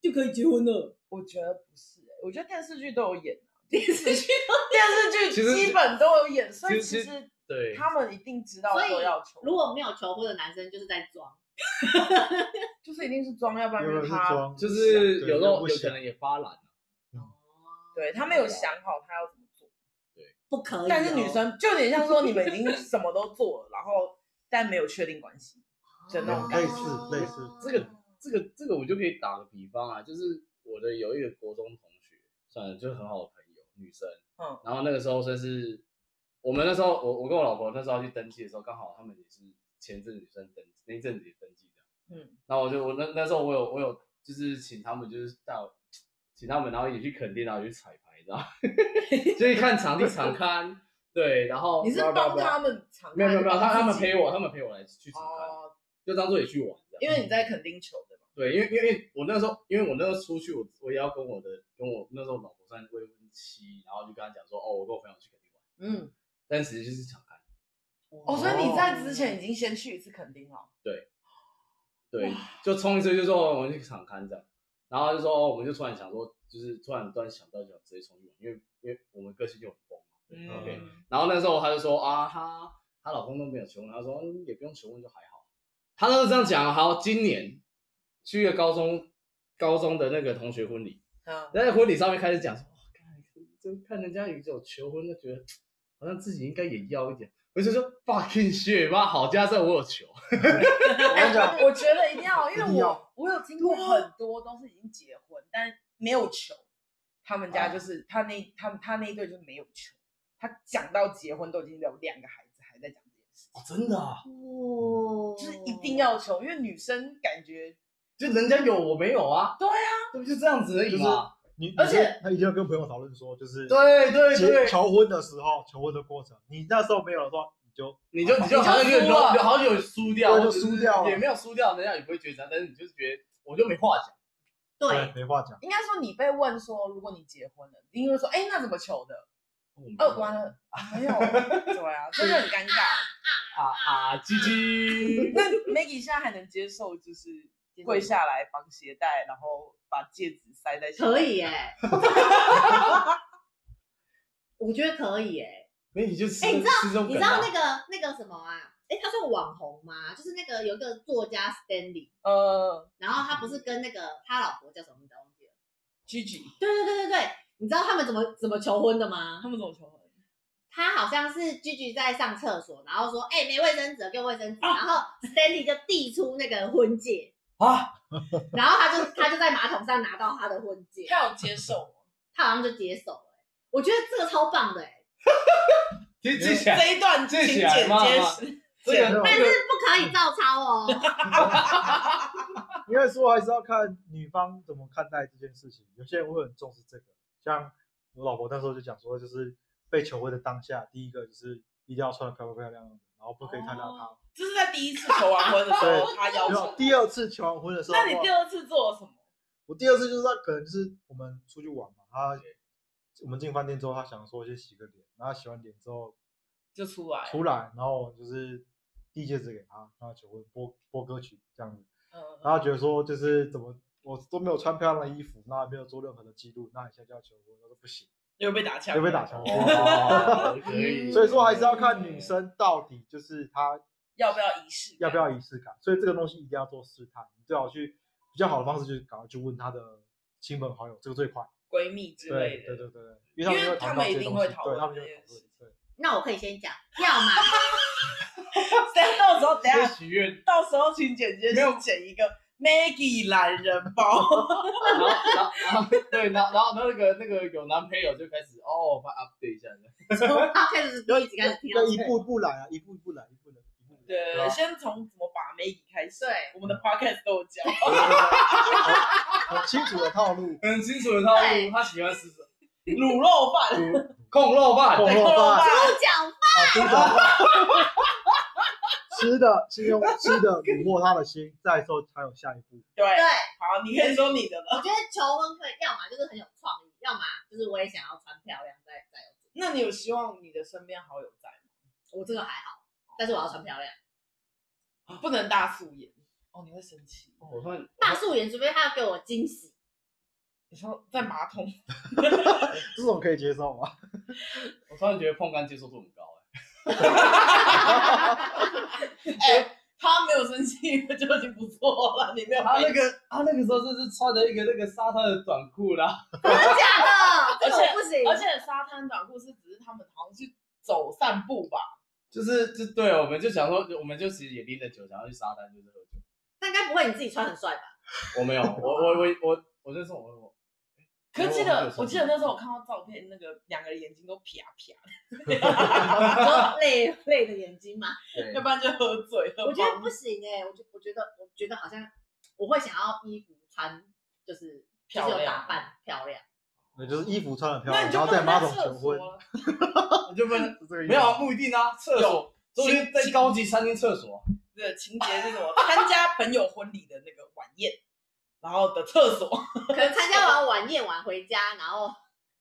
[SPEAKER 1] 就可以结婚了。
[SPEAKER 3] 我觉得不是、欸，我觉得电视剧都有演、啊，
[SPEAKER 1] 电视剧，
[SPEAKER 3] 电视
[SPEAKER 4] 其
[SPEAKER 3] 剧
[SPEAKER 4] 实
[SPEAKER 3] 基本都有演，所以其
[SPEAKER 4] 其实
[SPEAKER 3] 实
[SPEAKER 4] 对
[SPEAKER 3] 他们一定知道
[SPEAKER 1] 所以
[SPEAKER 3] 说要求，
[SPEAKER 1] 如果没有求婚的男生就是在装，
[SPEAKER 3] 就是一定是装，要不然
[SPEAKER 5] 啊有
[SPEAKER 3] 就
[SPEAKER 5] 人是
[SPEAKER 3] 他
[SPEAKER 5] 装，
[SPEAKER 4] 就是有时
[SPEAKER 5] 对
[SPEAKER 4] 候
[SPEAKER 5] 不
[SPEAKER 4] 有
[SPEAKER 5] 想
[SPEAKER 4] 可能也发懒啊
[SPEAKER 3] 对他没有想好他要怎么做。
[SPEAKER 1] 不可以哦、
[SPEAKER 3] 但是女生就有点像说你们已经什么都做了，然后但没有确定关系，真的
[SPEAKER 5] 哦类似类似
[SPEAKER 3] 哦
[SPEAKER 4] 这个这个这个我就可以打个比方啊，就是我的有一个国中同学，算了，就是很好的朋友，女生，
[SPEAKER 3] 嗯，
[SPEAKER 4] 然后那个时候算是我们那时候，我我跟我老婆那时候要去登记的时候，刚好他们也是前阵子女生登记，那一阵子也登记这样。
[SPEAKER 3] 嗯，
[SPEAKER 4] 然后我就我那那时候我有我有就是请他们就是带我请他们，然后也去垦丁，然后也去彩排，你知道吗， 就是看场地场刊，对，然后
[SPEAKER 3] 你是帮他们尝，
[SPEAKER 4] 没有没有没有，他他们陪我，他
[SPEAKER 3] 们
[SPEAKER 4] 们陪我来去场刊，
[SPEAKER 3] 哦，
[SPEAKER 4] 就当做也去玩这样。
[SPEAKER 3] 因为你在垦丁求的嘛，
[SPEAKER 4] 对，因为因为我那时候，因为我那时候出去，我我也要跟我的跟我那时候老婆算未婚妻，然后就跟她讲说，哦，我跟我朋友去垦丁玩，
[SPEAKER 1] 嗯，
[SPEAKER 4] 但其实就是想看，
[SPEAKER 3] 哦，所以你在之前已经先去一次垦丁了，
[SPEAKER 4] 对，就冲一次就说哦我们去场刊这样，然后她就说、哦我们就突然想说，就是突然突然想到就想直接冲去玩，因为因为我们个性就很疯嘛，对
[SPEAKER 3] 嗯
[SPEAKER 4] OK 然后那时候她就说啊，她她老公都没有求婚，她说、嗯也不用求婚就还好，她那时候这样讲，好，今年去一个高中高中的那个同学婚礼，
[SPEAKER 3] 嗯，
[SPEAKER 4] 在婚礼上面开始讲说，哇，看就看人家有这种求婚，就觉得好像自己应该也要一点。我就说 fucking shit，妈好加在我有求，
[SPEAKER 5] 我跟你讲，
[SPEAKER 3] 哎我觉得一定要，因
[SPEAKER 5] 一
[SPEAKER 3] 为
[SPEAKER 5] 定
[SPEAKER 3] 我
[SPEAKER 5] 要
[SPEAKER 3] 我有听过很多都是已经结婚，但没有求。他们家就是、他那他他那一对就是没有求，他讲到结婚都已经有两个孩子，还在讲这件事
[SPEAKER 4] 哦、真的、啊，
[SPEAKER 1] 哦，
[SPEAKER 3] 情，就是一定要求，因为女生感觉
[SPEAKER 4] 就人家有我没有啊，
[SPEAKER 3] 对啊，
[SPEAKER 4] 对不就这样子而已嘛。
[SPEAKER 5] 你
[SPEAKER 3] 而且
[SPEAKER 5] 你是他一定要跟朋友讨论说，就是
[SPEAKER 4] 对对
[SPEAKER 5] 结
[SPEAKER 4] 对，
[SPEAKER 5] 求婚的时候，求婚的过程，你那时候没有的话，你就
[SPEAKER 4] 你就你就
[SPEAKER 3] 你就
[SPEAKER 4] 好像有点
[SPEAKER 3] 输了
[SPEAKER 4] 有好像有输掉，
[SPEAKER 5] 对
[SPEAKER 4] 或
[SPEAKER 5] 就
[SPEAKER 4] 者是
[SPEAKER 5] 输掉了
[SPEAKER 4] 也没有输掉，人家也不会觉得这样，但是你就是觉得我就没话讲。
[SPEAKER 1] 对，
[SPEAKER 5] 没话讲。
[SPEAKER 3] 应该说你被问说，如果你结婚了，你会说，哎，那怎么求的？哦，完了，没有，对啊，真的很尴尬。
[SPEAKER 4] 啊啊，鸡鸡，
[SPEAKER 3] 那 Maggie 现在还能接受，就是跪下来绑鞋带，然后把戒指塞在
[SPEAKER 1] 可以 哎、我觉得可以哎、
[SPEAKER 4] 那你就吃，
[SPEAKER 1] 哎你知
[SPEAKER 4] 道，吃这种
[SPEAKER 1] 你
[SPEAKER 4] 梗
[SPEAKER 1] 知道
[SPEAKER 4] 啊
[SPEAKER 1] 那个那个什么啊？哎、他算网红吗？就是那个有一个作家 Stanley，
[SPEAKER 3] 呃
[SPEAKER 1] 然后他不是跟那个他老婆叫什么名字忘记了？
[SPEAKER 3] ，Gigi
[SPEAKER 1] 对对对对对，你知道他们怎么怎么求婚的吗
[SPEAKER 3] 他？们怎么求婚？
[SPEAKER 1] 他好像是 Gigi 在上厕所，然后说：“哎、没卫生纸，给我卫生纸。然后 Stanley 就递出那个婚戒，
[SPEAKER 4] 啊，
[SPEAKER 1] 然后他就他就在马桶上拿到他的婚戒，
[SPEAKER 3] 他有接受吗？
[SPEAKER 1] 他好像就接手了、我觉得这个超棒的、欸，
[SPEAKER 4] 这这起来，
[SPEAKER 3] 这一段请
[SPEAKER 4] 这起
[SPEAKER 3] 剪
[SPEAKER 4] 来骂
[SPEAKER 3] 接
[SPEAKER 4] 骂
[SPEAKER 3] 是
[SPEAKER 4] 这个
[SPEAKER 1] 但是
[SPEAKER 4] 这个
[SPEAKER 1] 不可以照抄 哦。
[SPEAKER 5] 应该说还是要看女方怎么看待这件事情。有些人会很重视这个，像我老婆那时候就讲说，就是被求婚的当下，第一个就是一定要穿的漂漂漂亮亮的，然后不可以太邋遢。
[SPEAKER 3] 这是在第一次求完婚的时候，
[SPEAKER 5] 对
[SPEAKER 3] 他要
[SPEAKER 5] 然
[SPEAKER 3] 求
[SPEAKER 5] 后。 第二次求完婚的时候，
[SPEAKER 3] 那你第二次做了什么？
[SPEAKER 5] 我第二次就是他可能就是我们出去玩嘛，他我们进饭店之后，他想说先洗个脸，然后洗完脸之后
[SPEAKER 3] 就出来了。
[SPEAKER 5] 出来，然后就是递戒指给他，然后求婚播播歌曲这样子。
[SPEAKER 3] 嗯
[SPEAKER 5] 然后觉得说就是怎么我都没有穿漂亮的衣服，那也没有做任何的记录，那你现在就要求婚，我说不行。
[SPEAKER 3] 又被打枪，
[SPEAKER 5] 又被打枪
[SPEAKER 4] 哦，可以，
[SPEAKER 5] 所以说还是要看女生到底就是她
[SPEAKER 3] 要不要仪式？
[SPEAKER 5] 要不？要仪式感，所以这个东西一定要做试探，你最好去比较好的方式就是赶快去问她的亲朋好友，这个最快。
[SPEAKER 3] 闺蜜之类
[SPEAKER 5] 对
[SPEAKER 3] 的。
[SPEAKER 5] 对对对，因为他们会讨论这些东西，对，
[SPEAKER 1] 那我可以先讲，要么
[SPEAKER 3] 等下到时候，等
[SPEAKER 4] 先
[SPEAKER 3] 下
[SPEAKER 4] 许愿，
[SPEAKER 3] 到时候请姐姐
[SPEAKER 4] 没有
[SPEAKER 3] 去剪一个 Maggie 懒人 包，
[SPEAKER 4] 然后然后然后对，然后然后那个那个有男朋友就开始哦，帮 update 一下，
[SPEAKER 1] 他开始
[SPEAKER 5] 他
[SPEAKER 1] 一
[SPEAKER 5] 们
[SPEAKER 1] 直
[SPEAKER 5] 就
[SPEAKER 1] 开始
[SPEAKER 5] 会讨论
[SPEAKER 1] 听
[SPEAKER 5] 要一步一步来啊，一步一步来，一步一步来， 一步一步来。
[SPEAKER 3] 对对
[SPEAKER 5] 啊
[SPEAKER 3] 对，先从怎么把 Maggie 开始。
[SPEAKER 1] 对
[SPEAKER 3] 我们的 podcast 都有教。
[SPEAKER 5] 对对对对很清楚的套路，
[SPEAKER 4] 很清楚的套路
[SPEAKER 1] 对，
[SPEAKER 4] 他喜欢吃什么
[SPEAKER 3] 卤肉饭，
[SPEAKER 4] 控肉饭，
[SPEAKER 5] 控肉
[SPEAKER 3] 卤
[SPEAKER 5] 饭
[SPEAKER 1] 猪脚饭，
[SPEAKER 5] 啊，听懂吗？吃的是用吃的虏获他的心，再之后才有下一步。
[SPEAKER 3] 对，
[SPEAKER 1] 对
[SPEAKER 3] 好，你可以说你的了。
[SPEAKER 1] 我觉得求婚可以，要么就是很有创意，要么就是我也想要穿漂亮，再再有。
[SPEAKER 3] 那你有希望你的身边好友在
[SPEAKER 1] 我这个还好，但是我要穿漂亮。
[SPEAKER 3] 吗？不能大素颜哦，你会生气。
[SPEAKER 4] 哦我突然
[SPEAKER 1] 大素颜，除非他要给我惊 喜，
[SPEAKER 3] 你说在马桶，
[SPEAKER 5] 这种可以接受吗？
[SPEAKER 4] 我突然觉得碰干接受度很高哎，
[SPEAKER 3] 哎，他没有生气 就已经不错了，你没有
[SPEAKER 4] 他那个他那个时候就是穿着一个那个沙滩的短裤啦，
[SPEAKER 1] 真的假的？这
[SPEAKER 3] 而
[SPEAKER 1] 个
[SPEAKER 3] 且
[SPEAKER 1] 我不行。
[SPEAKER 3] 而且沙滩短裤是只是他们好像去走散步吧？
[SPEAKER 4] 就是就对，我们就想说，我们就其实也拎着酒想要去沙滩就是喝酒，
[SPEAKER 1] 那应该不会你自己穿很帅吧？
[SPEAKER 4] 我没有，我我我我我那时候我我
[SPEAKER 3] 可是记
[SPEAKER 5] 哦
[SPEAKER 4] 没有我没有
[SPEAKER 3] 得
[SPEAKER 4] 散步
[SPEAKER 3] 我记得那时候我看到照片，那个两个人眼睛都啪啪，
[SPEAKER 1] 然后累累的眼睛嘛，
[SPEAKER 4] 对
[SPEAKER 3] 要不然就喝醉了。
[SPEAKER 1] 我觉得不行哎、我觉我觉得我觉得好像我会想要衣服穿就是就是
[SPEAKER 3] 漂
[SPEAKER 1] 有
[SPEAKER 3] 亮
[SPEAKER 1] 打扮漂亮，
[SPEAKER 5] 对，就是衣服穿的漂
[SPEAKER 3] 那
[SPEAKER 5] 亮，
[SPEAKER 3] 你
[SPEAKER 5] 然
[SPEAKER 3] 就
[SPEAKER 5] 后
[SPEAKER 3] 不
[SPEAKER 5] 在
[SPEAKER 3] 能
[SPEAKER 5] 马
[SPEAKER 3] 在
[SPEAKER 5] 桶
[SPEAKER 3] 厕
[SPEAKER 5] 求
[SPEAKER 3] 所
[SPEAKER 5] 婚，
[SPEAKER 3] 了，
[SPEAKER 4] 你就不能
[SPEAKER 5] 是这个意思吗
[SPEAKER 4] 没有啊，不一定啊，厕所
[SPEAKER 3] 有
[SPEAKER 4] 说不定在
[SPEAKER 3] 亲
[SPEAKER 4] 高级餐厅厕所，啊
[SPEAKER 3] 的情节是什么？ 参加朋友婚礼的那个晚宴，然后的厕所，
[SPEAKER 1] 可能参加完晚宴晚回家，然后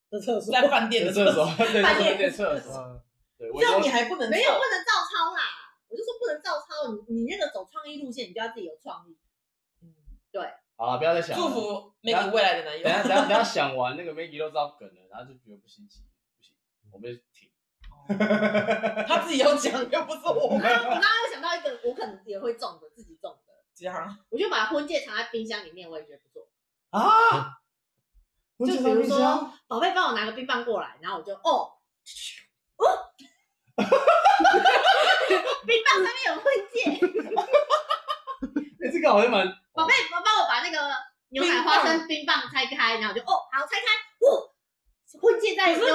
[SPEAKER 1] 的厕所
[SPEAKER 3] 在饭店
[SPEAKER 4] 在
[SPEAKER 3] 的
[SPEAKER 4] 厕
[SPEAKER 3] 厕
[SPEAKER 4] 所
[SPEAKER 3] 所，，
[SPEAKER 4] 对，
[SPEAKER 3] 半夜
[SPEAKER 4] 在厕所，啊
[SPEAKER 5] 嗯，
[SPEAKER 4] 对，我
[SPEAKER 3] 这样
[SPEAKER 4] 都
[SPEAKER 3] 你还不能
[SPEAKER 1] 没有
[SPEAKER 3] 走
[SPEAKER 1] 不能照抄啦，我就说不能照抄，你你那个走创意路线，你就要自己有创意。
[SPEAKER 3] 嗯
[SPEAKER 4] 好了，不要再想了。
[SPEAKER 3] 祝福 Maggie 未来的男友
[SPEAKER 4] 等一。下等一下等一下想完那个 Maggie 都知道梗了，然后就觉得不新奇，不行，我们就停。
[SPEAKER 3] 他自己要讲，又不是我
[SPEAKER 1] 我
[SPEAKER 3] 们
[SPEAKER 1] 刚啊刚我刚刚又想到一个，我可能也会中的，自己中的，
[SPEAKER 3] 讲。
[SPEAKER 1] 我就把婚戒藏在冰箱里面，我也觉得不错。
[SPEAKER 4] 啊！
[SPEAKER 1] 就比如
[SPEAKER 3] 啊
[SPEAKER 1] 说，宝贝帮我拿个冰棒过来，然后我就哦，哦， 冰棒上面有婚戒，
[SPEAKER 4] 哎、这个好像蛮
[SPEAKER 1] 宝贝，帮帮我把那个牛奶花生冰棒拆开，然后我就哦，好拆开，哦，婚戒在牛 奶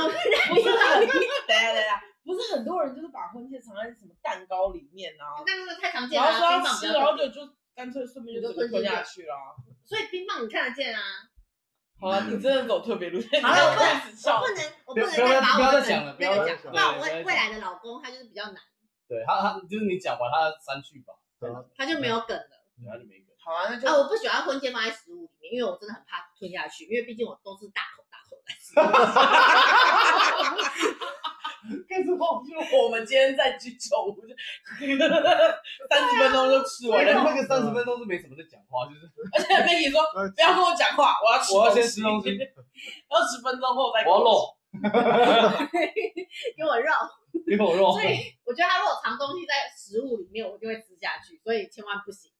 [SPEAKER 3] 不是很，等一下等一下，不是很多人就是把婚戒藏在什么蛋糕里面啊，
[SPEAKER 1] 那个太常见
[SPEAKER 3] 然后
[SPEAKER 1] 了，啊冰
[SPEAKER 3] 说要
[SPEAKER 1] 棒
[SPEAKER 3] 吃，哦
[SPEAKER 1] 比
[SPEAKER 3] 然后
[SPEAKER 1] 较
[SPEAKER 3] 就就干脆顺便就整个吞下去啦。
[SPEAKER 1] 所以冰棒你看得见啊。
[SPEAKER 3] 好了，你真的走特别路线，
[SPEAKER 1] 好了，
[SPEAKER 3] 你
[SPEAKER 1] 我
[SPEAKER 3] 又开始
[SPEAKER 1] 不能，
[SPEAKER 3] 笑
[SPEAKER 1] 我。不能，我
[SPEAKER 4] 不
[SPEAKER 1] 不
[SPEAKER 4] 要
[SPEAKER 1] 能
[SPEAKER 4] 不
[SPEAKER 1] 再把我
[SPEAKER 4] 要不要
[SPEAKER 1] 的
[SPEAKER 4] 再讲了，不
[SPEAKER 1] 那
[SPEAKER 4] 要
[SPEAKER 1] 个
[SPEAKER 4] 再
[SPEAKER 1] 讲，
[SPEAKER 4] 讲
[SPEAKER 1] 不然
[SPEAKER 4] 了，
[SPEAKER 1] 我未未来的老公他就是比较难，
[SPEAKER 4] 对他他就是你讲完他删去吧，
[SPEAKER 5] 对
[SPEAKER 3] 啊
[SPEAKER 1] 他就没有梗了。
[SPEAKER 3] 嗯
[SPEAKER 4] 对他就没梗。嗯
[SPEAKER 3] 好啊，那就
[SPEAKER 1] 哦啊，我不喜欢婚戒放在食物里面，因为我真的很怕吞下去，因为毕竟我都是大口大口的。
[SPEAKER 3] 开始晃，就 我们今天在去走， 三十分钟就吃
[SPEAKER 4] 我
[SPEAKER 3] 完
[SPEAKER 4] 的
[SPEAKER 3] 了。
[SPEAKER 4] 那个三十分钟是没什么在讲话，就是
[SPEAKER 3] 而且妹姐说
[SPEAKER 5] 那
[SPEAKER 3] 不要跟我讲话，我要吃，
[SPEAKER 4] 我要先吃东 西，
[SPEAKER 3] 二十分钟后再
[SPEAKER 4] 我要肉，
[SPEAKER 1] 给我肉。
[SPEAKER 4] 给我肉
[SPEAKER 1] 所。以我觉得他如果藏东西在食物里面，我就会吃下去，所以千万不行。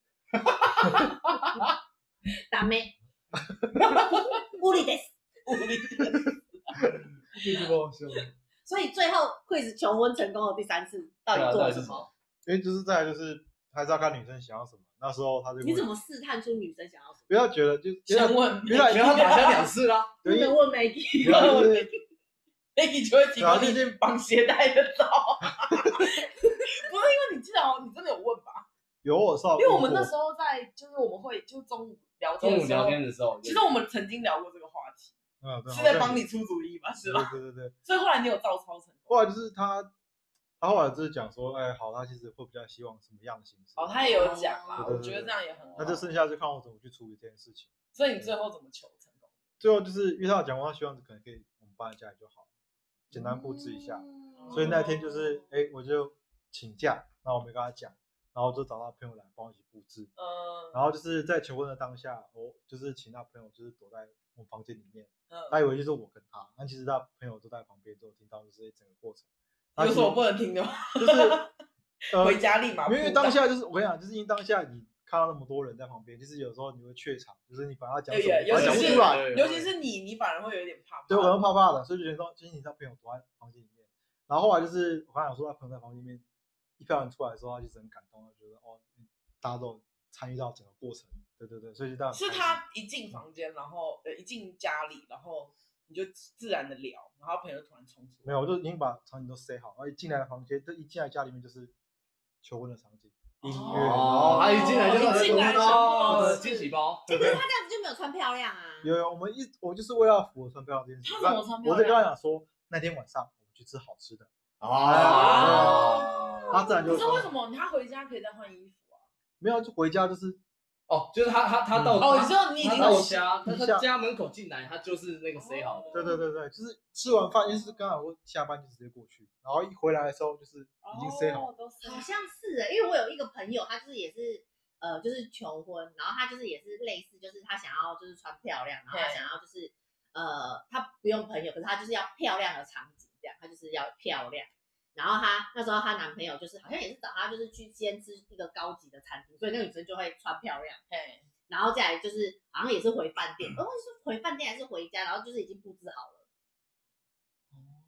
[SPEAKER 1] 打妹，无理的。
[SPEAKER 5] 这个好笑。
[SPEAKER 1] 所以最后 quiz 求婚成功的第三次到
[SPEAKER 4] 啊
[SPEAKER 1] 底做了什么？
[SPEAKER 4] 么？
[SPEAKER 5] 因为就是再来就是还是要看女生想要什么。那时候他就
[SPEAKER 1] 你怎么试探出女生想要什么？
[SPEAKER 5] 不要觉得就
[SPEAKER 3] 先问
[SPEAKER 5] 原来
[SPEAKER 4] 啊没有，他打枪两次啦。
[SPEAKER 1] 你
[SPEAKER 5] 对
[SPEAKER 1] 没有问 Maggie，
[SPEAKER 5] 原来就是
[SPEAKER 3] 妹姐就会提
[SPEAKER 5] 对啊
[SPEAKER 3] 供
[SPEAKER 5] 最
[SPEAKER 3] 你
[SPEAKER 5] 近
[SPEAKER 3] 绑鞋带的照。 不是因为你记得哦，你真的有问吧？
[SPEAKER 5] 有我少，
[SPEAKER 3] 因为我们那时候在，就是我们会就是中午聊天
[SPEAKER 4] 中
[SPEAKER 3] 的
[SPEAKER 4] 午
[SPEAKER 3] 时
[SPEAKER 4] 聊
[SPEAKER 3] 候，
[SPEAKER 4] 天的时候，
[SPEAKER 3] 其实我们曾经聊过这个话题，
[SPEAKER 5] 嗯对
[SPEAKER 3] 是在帮
[SPEAKER 5] 你
[SPEAKER 3] 你出主意吧？是吧？
[SPEAKER 5] 对对对对，
[SPEAKER 3] 所以后来你有照抄成功。
[SPEAKER 5] 后来就是他他后来就是讲说，哎好，他其实会比较希望什么样的形式，
[SPEAKER 3] 哦，他也有讲啦，
[SPEAKER 5] 对对
[SPEAKER 3] 我觉得这样也很好。
[SPEAKER 5] 那就剩下就看我怎么去处理这件事情。
[SPEAKER 3] 所以你最后怎么求成功？
[SPEAKER 5] 最后就是因为他有讲过，他希望可能可以我们搬在家里就好，简单布置一下。
[SPEAKER 1] 嗯
[SPEAKER 5] 所以那天就是哎、我就请假，然后我没跟他讲，然后就找他朋友来帮我一起布置。
[SPEAKER 3] 嗯
[SPEAKER 5] 然后就是在求婚的当下，我就是请他朋友就是躲在我房间里面，
[SPEAKER 3] 嗯，
[SPEAKER 5] 他以为就是我跟他，但其实他朋友都在旁边，都有听到就是整个过程。
[SPEAKER 3] 有什么不能听的吗？
[SPEAKER 5] 就是 呃，
[SPEAKER 3] 回家立马
[SPEAKER 5] 因为因为
[SPEAKER 3] 扑
[SPEAKER 5] 当
[SPEAKER 3] 倒
[SPEAKER 5] 下就是我跟你讲，就是因为当下你看到那么多人在旁边，就是有时候你会怯场，就是你把他讲什么，
[SPEAKER 3] 对
[SPEAKER 5] 把他
[SPEAKER 3] 尤
[SPEAKER 5] 讲
[SPEAKER 3] 其
[SPEAKER 5] 不
[SPEAKER 3] 是
[SPEAKER 5] 出来，
[SPEAKER 3] 尤其是你，你反而会有点怕怕。
[SPEAKER 5] 对，我都怕怕的，所以就觉得说，就是你他朋友躲在房间里面。然后后来就是我刚才有说，他朋友在房间里面，一票人出来的时候，他就是很感动，他觉得哦，大家都参与到整个过程，对对对，所以就大家很
[SPEAKER 3] 是
[SPEAKER 5] 开心
[SPEAKER 3] 他一进房间，然后呃一进家里，然后你就自然的聊，然后朋友突然冲出来，
[SPEAKER 5] 没有，我就已经把场景都塞好，然后一进来的房间，就一进来家里面就是求婚的场景，音乐，
[SPEAKER 4] 哦，他一进来就
[SPEAKER 3] 一进来就
[SPEAKER 4] 哦，惊喜包，
[SPEAKER 1] 但是他这样子就没有穿漂亮啊。
[SPEAKER 5] 有有，我们一我就是为了符合穿漂亮这件事情，
[SPEAKER 3] 他怎么穿漂
[SPEAKER 5] 我就跟
[SPEAKER 3] 亮
[SPEAKER 5] 他讲说，那天晚上我们去吃好吃的，
[SPEAKER 3] 啊
[SPEAKER 4] 哦
[SPEAKER 5] 他自然
[SPEAKER 3] 可
[SPEAKER 5] 就会
[SPEAKER 3] 是
[SPEAKER 5] 穿
[SPEAKER 3] 为什么他回家可以再换衣服啊？
[SPEAKER 5] 没有就回家就是
[SPEAKER 4] 哦，就是他他他到
[SPEAKER 3] 哦，你说你已
[SPEAKER 4] 他
[SPEAKER 3] 经
[SPEAKER 4] 到家，啊他
[SPEAKER 5] 下
[SPEAKER 4] 他家门口进来，他就是那个谁好
[SPEAKER 1] 哦
[SPEAKER 4] 的，
[SPEAKER 5] 对对对对，就是吃完饭，因为是刚好我下班就直接过去，然后一回来的时候就是已经塞好，
[SPEAKER 3] 哦，都塞
[SPEAKER 1] 好像是、欸，因为我有一个朋友，他就是也是呃，就是求婚，然后他就是也是类似，就是他想要就是穿漂亮，然后他
[SPEAKER 3] 对
[SPEAKER 1] 想要就是呃，他不用朋友，可是他就是要漂亮的场景，这样他就是要漂亮。然后她那时候她男朋友就是好像也是找她，就是去先吃一个高级的餐厅，所以那个女生就会穿漂亮，
[SPEAKER 3] 嘿
[SPEAKER 1] 然后再来就是好像也是回饭
[SPEAKER 3] 嗯
[SPEAKER 1] 店，哦是回饭店还是回家，然后就是已经布置好了。
[SPEAKER 3] 哦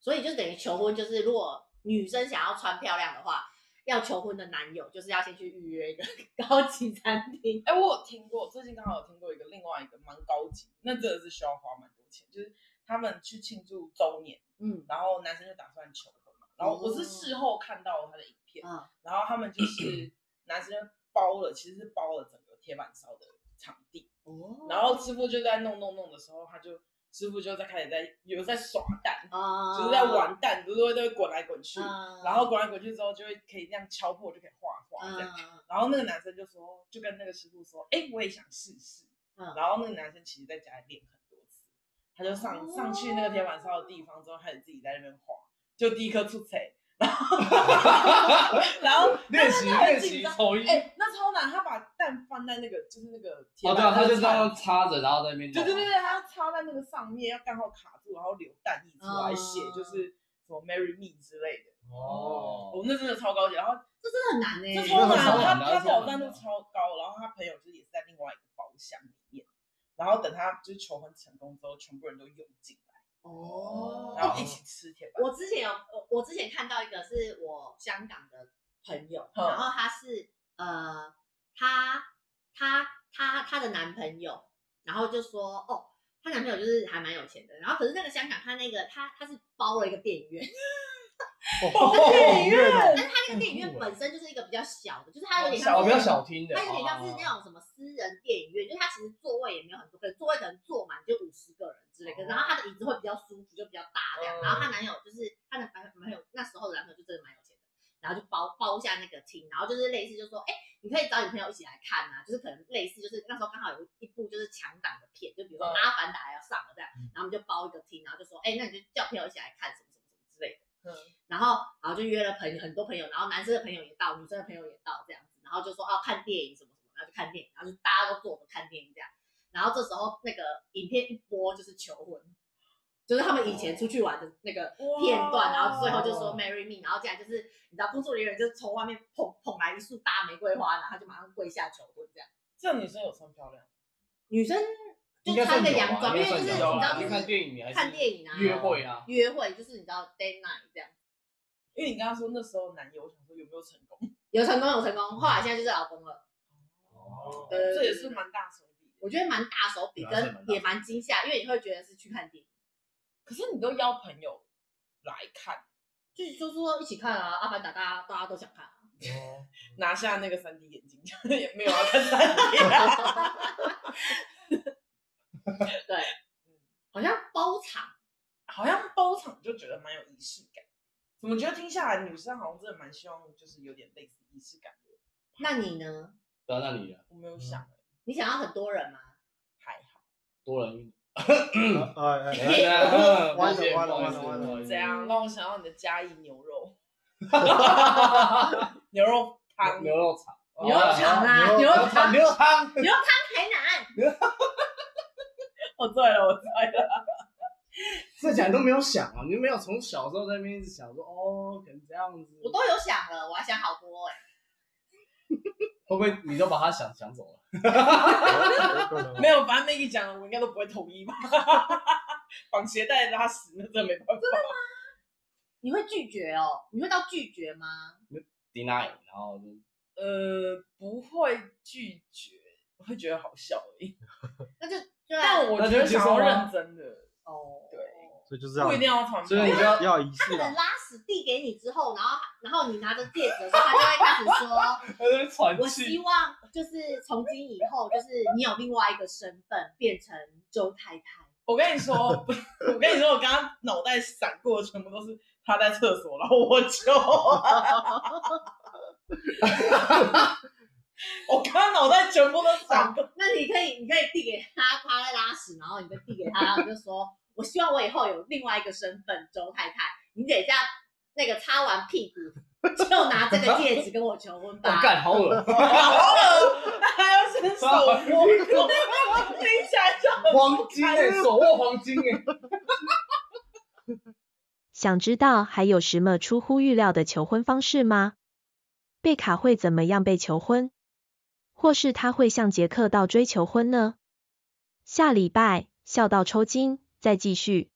[SPEAKER 1] 所以就等于求婚，就是如果女生想要穿漂亮的话，要求婚的男友就是要先去预约一个 高级餐厅。
[SPEAKER 3] 哎、我有听过，最近刚好有听过一个另外一个蛮高级，那真的是需要花蛮多钱，就是他们去庆祝周年，
[SPEAKER 1] 嗯
[SPEAKER 3] 然后男生就打算求婚嘛，然后我是事后看到他的影片，
[SPEAKER 1] 哦嗯，
[SPEAKER 3] 然后他们就是 男生包了，其实是包了整个铁板烧的场地，
[SPEAKER 1] 哦
[SPEAKER 3] 然后师傅就在弄弄弄的时候，他就师傅就在开始在有在耍蛋，
[SPEAKER 1] 啊
[SPEAKER 3] 就是在，玩蛋，不是会都会滚来滚去，
[SPEAKER 1] 嗯
[SPEAKER 3] 然后滚来滚去之后就会可以这样敲破就可以画画这样。
[SPEAKER 1] 嗯
[SPEAKER 3] 然后那个男生就说，就跟那个师傅说，哎、我也想试试。
[SPEAKER 1] 嗯
[SPEAKER 3] 然后那个男生其实在家里练很多次，他就上、上去那个铁板烧的地方之后，开始自己在那边画，就第一颗出彩，然后然后
[SPEAKER 4] 练习
[SPEAKER 3] 他真的
[SPEAKER 4] 练
[SPEAKER 3] 很
[SPEAKER 4] 习
[SPEAKER 3] 紧张
[SPEAKER 4] 抽一，
[SPEAKER 3] 哎、那超难，他把蛋放在那个就是那个铁
[SPEAKER 4] 哦
[SPEAKER 3] 板
[SPEAKER 4] 对啊，他
[SPEAKER 3] 那
[SPEAKER 4] 就
[SPEAKER 3] 个
[SPEAKER 4] 这
[SPEAKER 3] 铲
[SPEAKER 4] 样插着，然后在那边
[SPEAKER 3] 对对
[SPEAKER 4] 弄，
[SPEAKER 3] 对对，他要插在那个上面，要刚好卡住，然后流蛋液出来写，
[SPEAKER 1] 嗯
[SPEAKER 3] 就是什么 marry me 之类的。
[SPEAKER 4] 哦
[SPEAKER 3] 我，们那真的超高级，然后
[SPEAKER 1] 这真的很难欸
[SPEAKER 3] 这
[SPEAKER 1] 呢。
[SPEAKER 3] 超难，
[SPEAKER 4] 那很
[SPEAKER 3] 他
[SPEAKER 4] 难
[SPEAKER 3] 他
[SPEAKER 4] 那超
[SPEAKER 3] 挑战
[SPEAKER 4] 难
[SPEAKER 3] 度超高，然后他朋友就是也是在另外一个包厢里面，然后等他就是求婚成功之后，全部人都涌进来，
[SPEAKER 1] 哦
[SPEAKER 3] 然后一起吃铁
[SPEAKER 4] 哦
[SPEAKER 3] 板
[SPEAKER 1] 我之前有我我之前看到一个是我香港的朋友，
[SPEAKER 3] 嗯
[SPEAKER 1] 然后她是呃，她她她她的男朋友，然后就说哦，她男朋友就是还蛮有钱的，然后可是那个香港她那个她她是包了一个电影院，
[SPEAKER 4] 哦
[SPEAKER 5] 电影院
[SPEAKER 1] 但
[SPEAKER 3] 啊
[SPEAKER 1] 是她那个电影院本身就是一个比较小的，就是它有点像
[SPEAKER 4] 欸小
[SPEAKER 1] 是
[SPEAKER 4] 比较小听的，哦
[SPEAKER 1] 它有点像是那种什么私人电影院，就是它其实座位也没有很多，可能座位可能坐满就五十个人之类的。然后它的椅子会比较舒服，就比较大这样。
[SPEAKER 3] 嗯
[SPEAKER 1] 然后她男友就是她的男朋友，那时候的男朋友就真的蛮有钱的，然后就包包下那个厅，然后就是类似就说，哎，你可以找你朋友一起来看啊，就是可能类似，就是那时候刚好有一部就是强档的片，就比如说《
[SPEAKER 3] 嗯
[SPEAKER 1] 阿凡达》要上了这样
[SPEAKER 5] 嗯，
[SPEAKER 1] 然后我们就包一个厅，然后就说，哎、那你就叫朋友一起来看什么什么什么之类的。
[SPEAKER 3] 嗯，
[SPEAKER 1] 然后然后就约了朋友很多朋友，然后男生的朋友也到，女生的朋友也到这样子，然后就说哦看电影什么什么，然后就看电影，然后就大家都坐着看电影这样。然后这时候那个影片一播就是求婚，就是他们以前出去玩的那个
[SPEAKER 3] 哇
[SPEAKER 1] 片段，然后最后就说 marry me，然后接下来就是你知道工作人员就是从外面捧捧来一束大玫瑰花，然后就马上跪下求婚这样。
[SPEAKER 3] 这样女生有算漂亮吗？
[SPEAKER 1] 女生就穿个洋装，因为就是你知
[SPEAKER 3] 有啊
[SPEAKER 1] 道
[SPEAKER 4] 你
[SPEAKER 1] 就
[SPEAKER 4] 看
[SPEAKER 1] 是
[SPEAKER 4] 电影，你还是
[SPEAKER 1] 看电影啊，
[SPEAKER 4] 约会啊，
[SPEAKER 1] 约会就是你知道 day night 这样。
[SPEAKER 3] 因为你刚刚说那时候男友，我想说有没有成功？
[SPEAKER 1] 有成功有成功，后来现在就是老公了。
[SPEAKER 4] 哦
[SPEAKER 1] 对对对
[SPEAKER 3] 这也是蛮大手笔的。
[SPEAKER 1] 我觉得蛮大手笔，
[SPEAKER 4] 对还是蛮大
[SPEAKER 1] 跟
[SPEAKER 4] 手笔
[SPEAKER 1] 也蛮惊吓，因为你会觉得是去看电影，
[SPEAKER 3] 可是你都邀朋友来看，
[SPEAKER 1] 就是就说一起看啊，《阿凡达》大家大家都想看、啊。
[SPEAKER 3] 拿下那个三 D 眼镜， 也没有要看三 D 啊。
[SPEAKER 1] 对，好像包场，
[SPEAKER 3] 好像包场就觉得蛮有仪式感。怎么觉得听下来，女生好像真的蛮希望，就是有点类似仪式感的。
[SPEAKER 1] 那你呢？
[SPEAKER 4] 到那里了，
[SPEAKER 3] 我没有想，
[SPEAKER 4] 嗯
[SPEAKER 1] 你想要很多人吗？
[SPEAKER 3] 还好。
[SPEAKER 4] 多人运动。
[SPEAKER 5] 哎哎哎，
[SPEAKER 4] 哎抱
[SPEAKER 5] 完了
[SPEAKER 4] 歉
[SPEAKER 5] 完了
[SPEAKER 4] 不好意思
[SPEAKER 5] 完了完了
[SPEAKER 4] 不好意思
[SPEAKER 3] 怎样让我想到你的嘉义牛肉， 牛肉汤，
[SPEAKER 4] 牛肉肠，
[SPEAKER 3] 哦
[SPEAKER 1] 牛肉肠啊，牛
[SPEAKER 5] 牛
[SPEAKER 4] 牛
[SPEAKER 1] 肉
[SPEAKER 4] 肉肠，
[SPEAKER 1] 肠，
[SPEAKER 4] 牛肉 汤，
[SPEAKER 1] 牛肉汤台南。
[SPEAKER 3] 我对了，我对了。
[SPEAKER 4] 这讲都没有想啊，你就没有从小时候在那边一直想说，哦，可能这样子，
[SPEAKER 1] 我都有想了，我还想好多哎、
[SPEAKER 4] 会不会你都把他想想走了？
[SPEAKER 5] 有可能
[SPEAKER 3] 没有，反正 Maggie 讲的，我应该都不会同意吧。绑鞋带拉屎，那真的没办法。
[SPEAKER 1] 你会拒绝哦？你会到拒绝吗？
[SPEAKER 4] deny，然后就
[SPEAKER 3] 呃，不会拒绝，我会觉得好笑而已。
[SPEAKER 1] 那就对啊，
[SPEAKER 3] 但我觉得想要认真的，
[SPEAKER 1] 哦，
[SPEAKER 3] 对
[SPEAKER 5] 所以就是这哦
[SPEAKER 3] 不一定
[SPEAKER 5] 样，
[SPEAKER 3] 要传
[SPEAKER 4] 啊所以
[SPEAKER 3] 统
[SPEAKER 4] 你就要
[SPEAKER 5] 要仪
[SPEAKER 1] 他
[SPEAKER 5] 式
[SPEAKER 1] 可能
[SPEAKER 5] 感。
[SPEAKER 1] 拉屎递给你之后，然后然后你拿着戒指的时候，他就会开始说。
[SPEAKER 4] 在喘
[SPEAKER 1] 我希，望就是从今以后，就是你有另外一个身份，变成周太太。
[SPEAKER 3] 我跟你说， 我跟你说，我刚刚脑袋闪过，全部都是他在厕所，然后我就，我刚刚脑袋全部都闪 过，
[SPEAKER 1] 哦那你可以，你可以递给他，他在拉屎，然后你再递给他，然后你就说，我希望我以后有另外一个身份，周太太。你等一下那个擦完屁股，就拿这个戒指跟我求婚
[SPEAKER 4] 我
[SPEAKER 1] 吧。
[SPEAKER 4] 干好恶，
[SPEAKER 3] 那还要伸手握，听起来就很
[SPEAKER 4] 黄金哎，手握黄金哎，
[SPEAKER 6] 想知道还有什么出乎预料的求婚方式吗？贝卡会怎么样被求婚？或是他会向杰克倒追求婚呢？下礼拜笑到抽筋，再继续。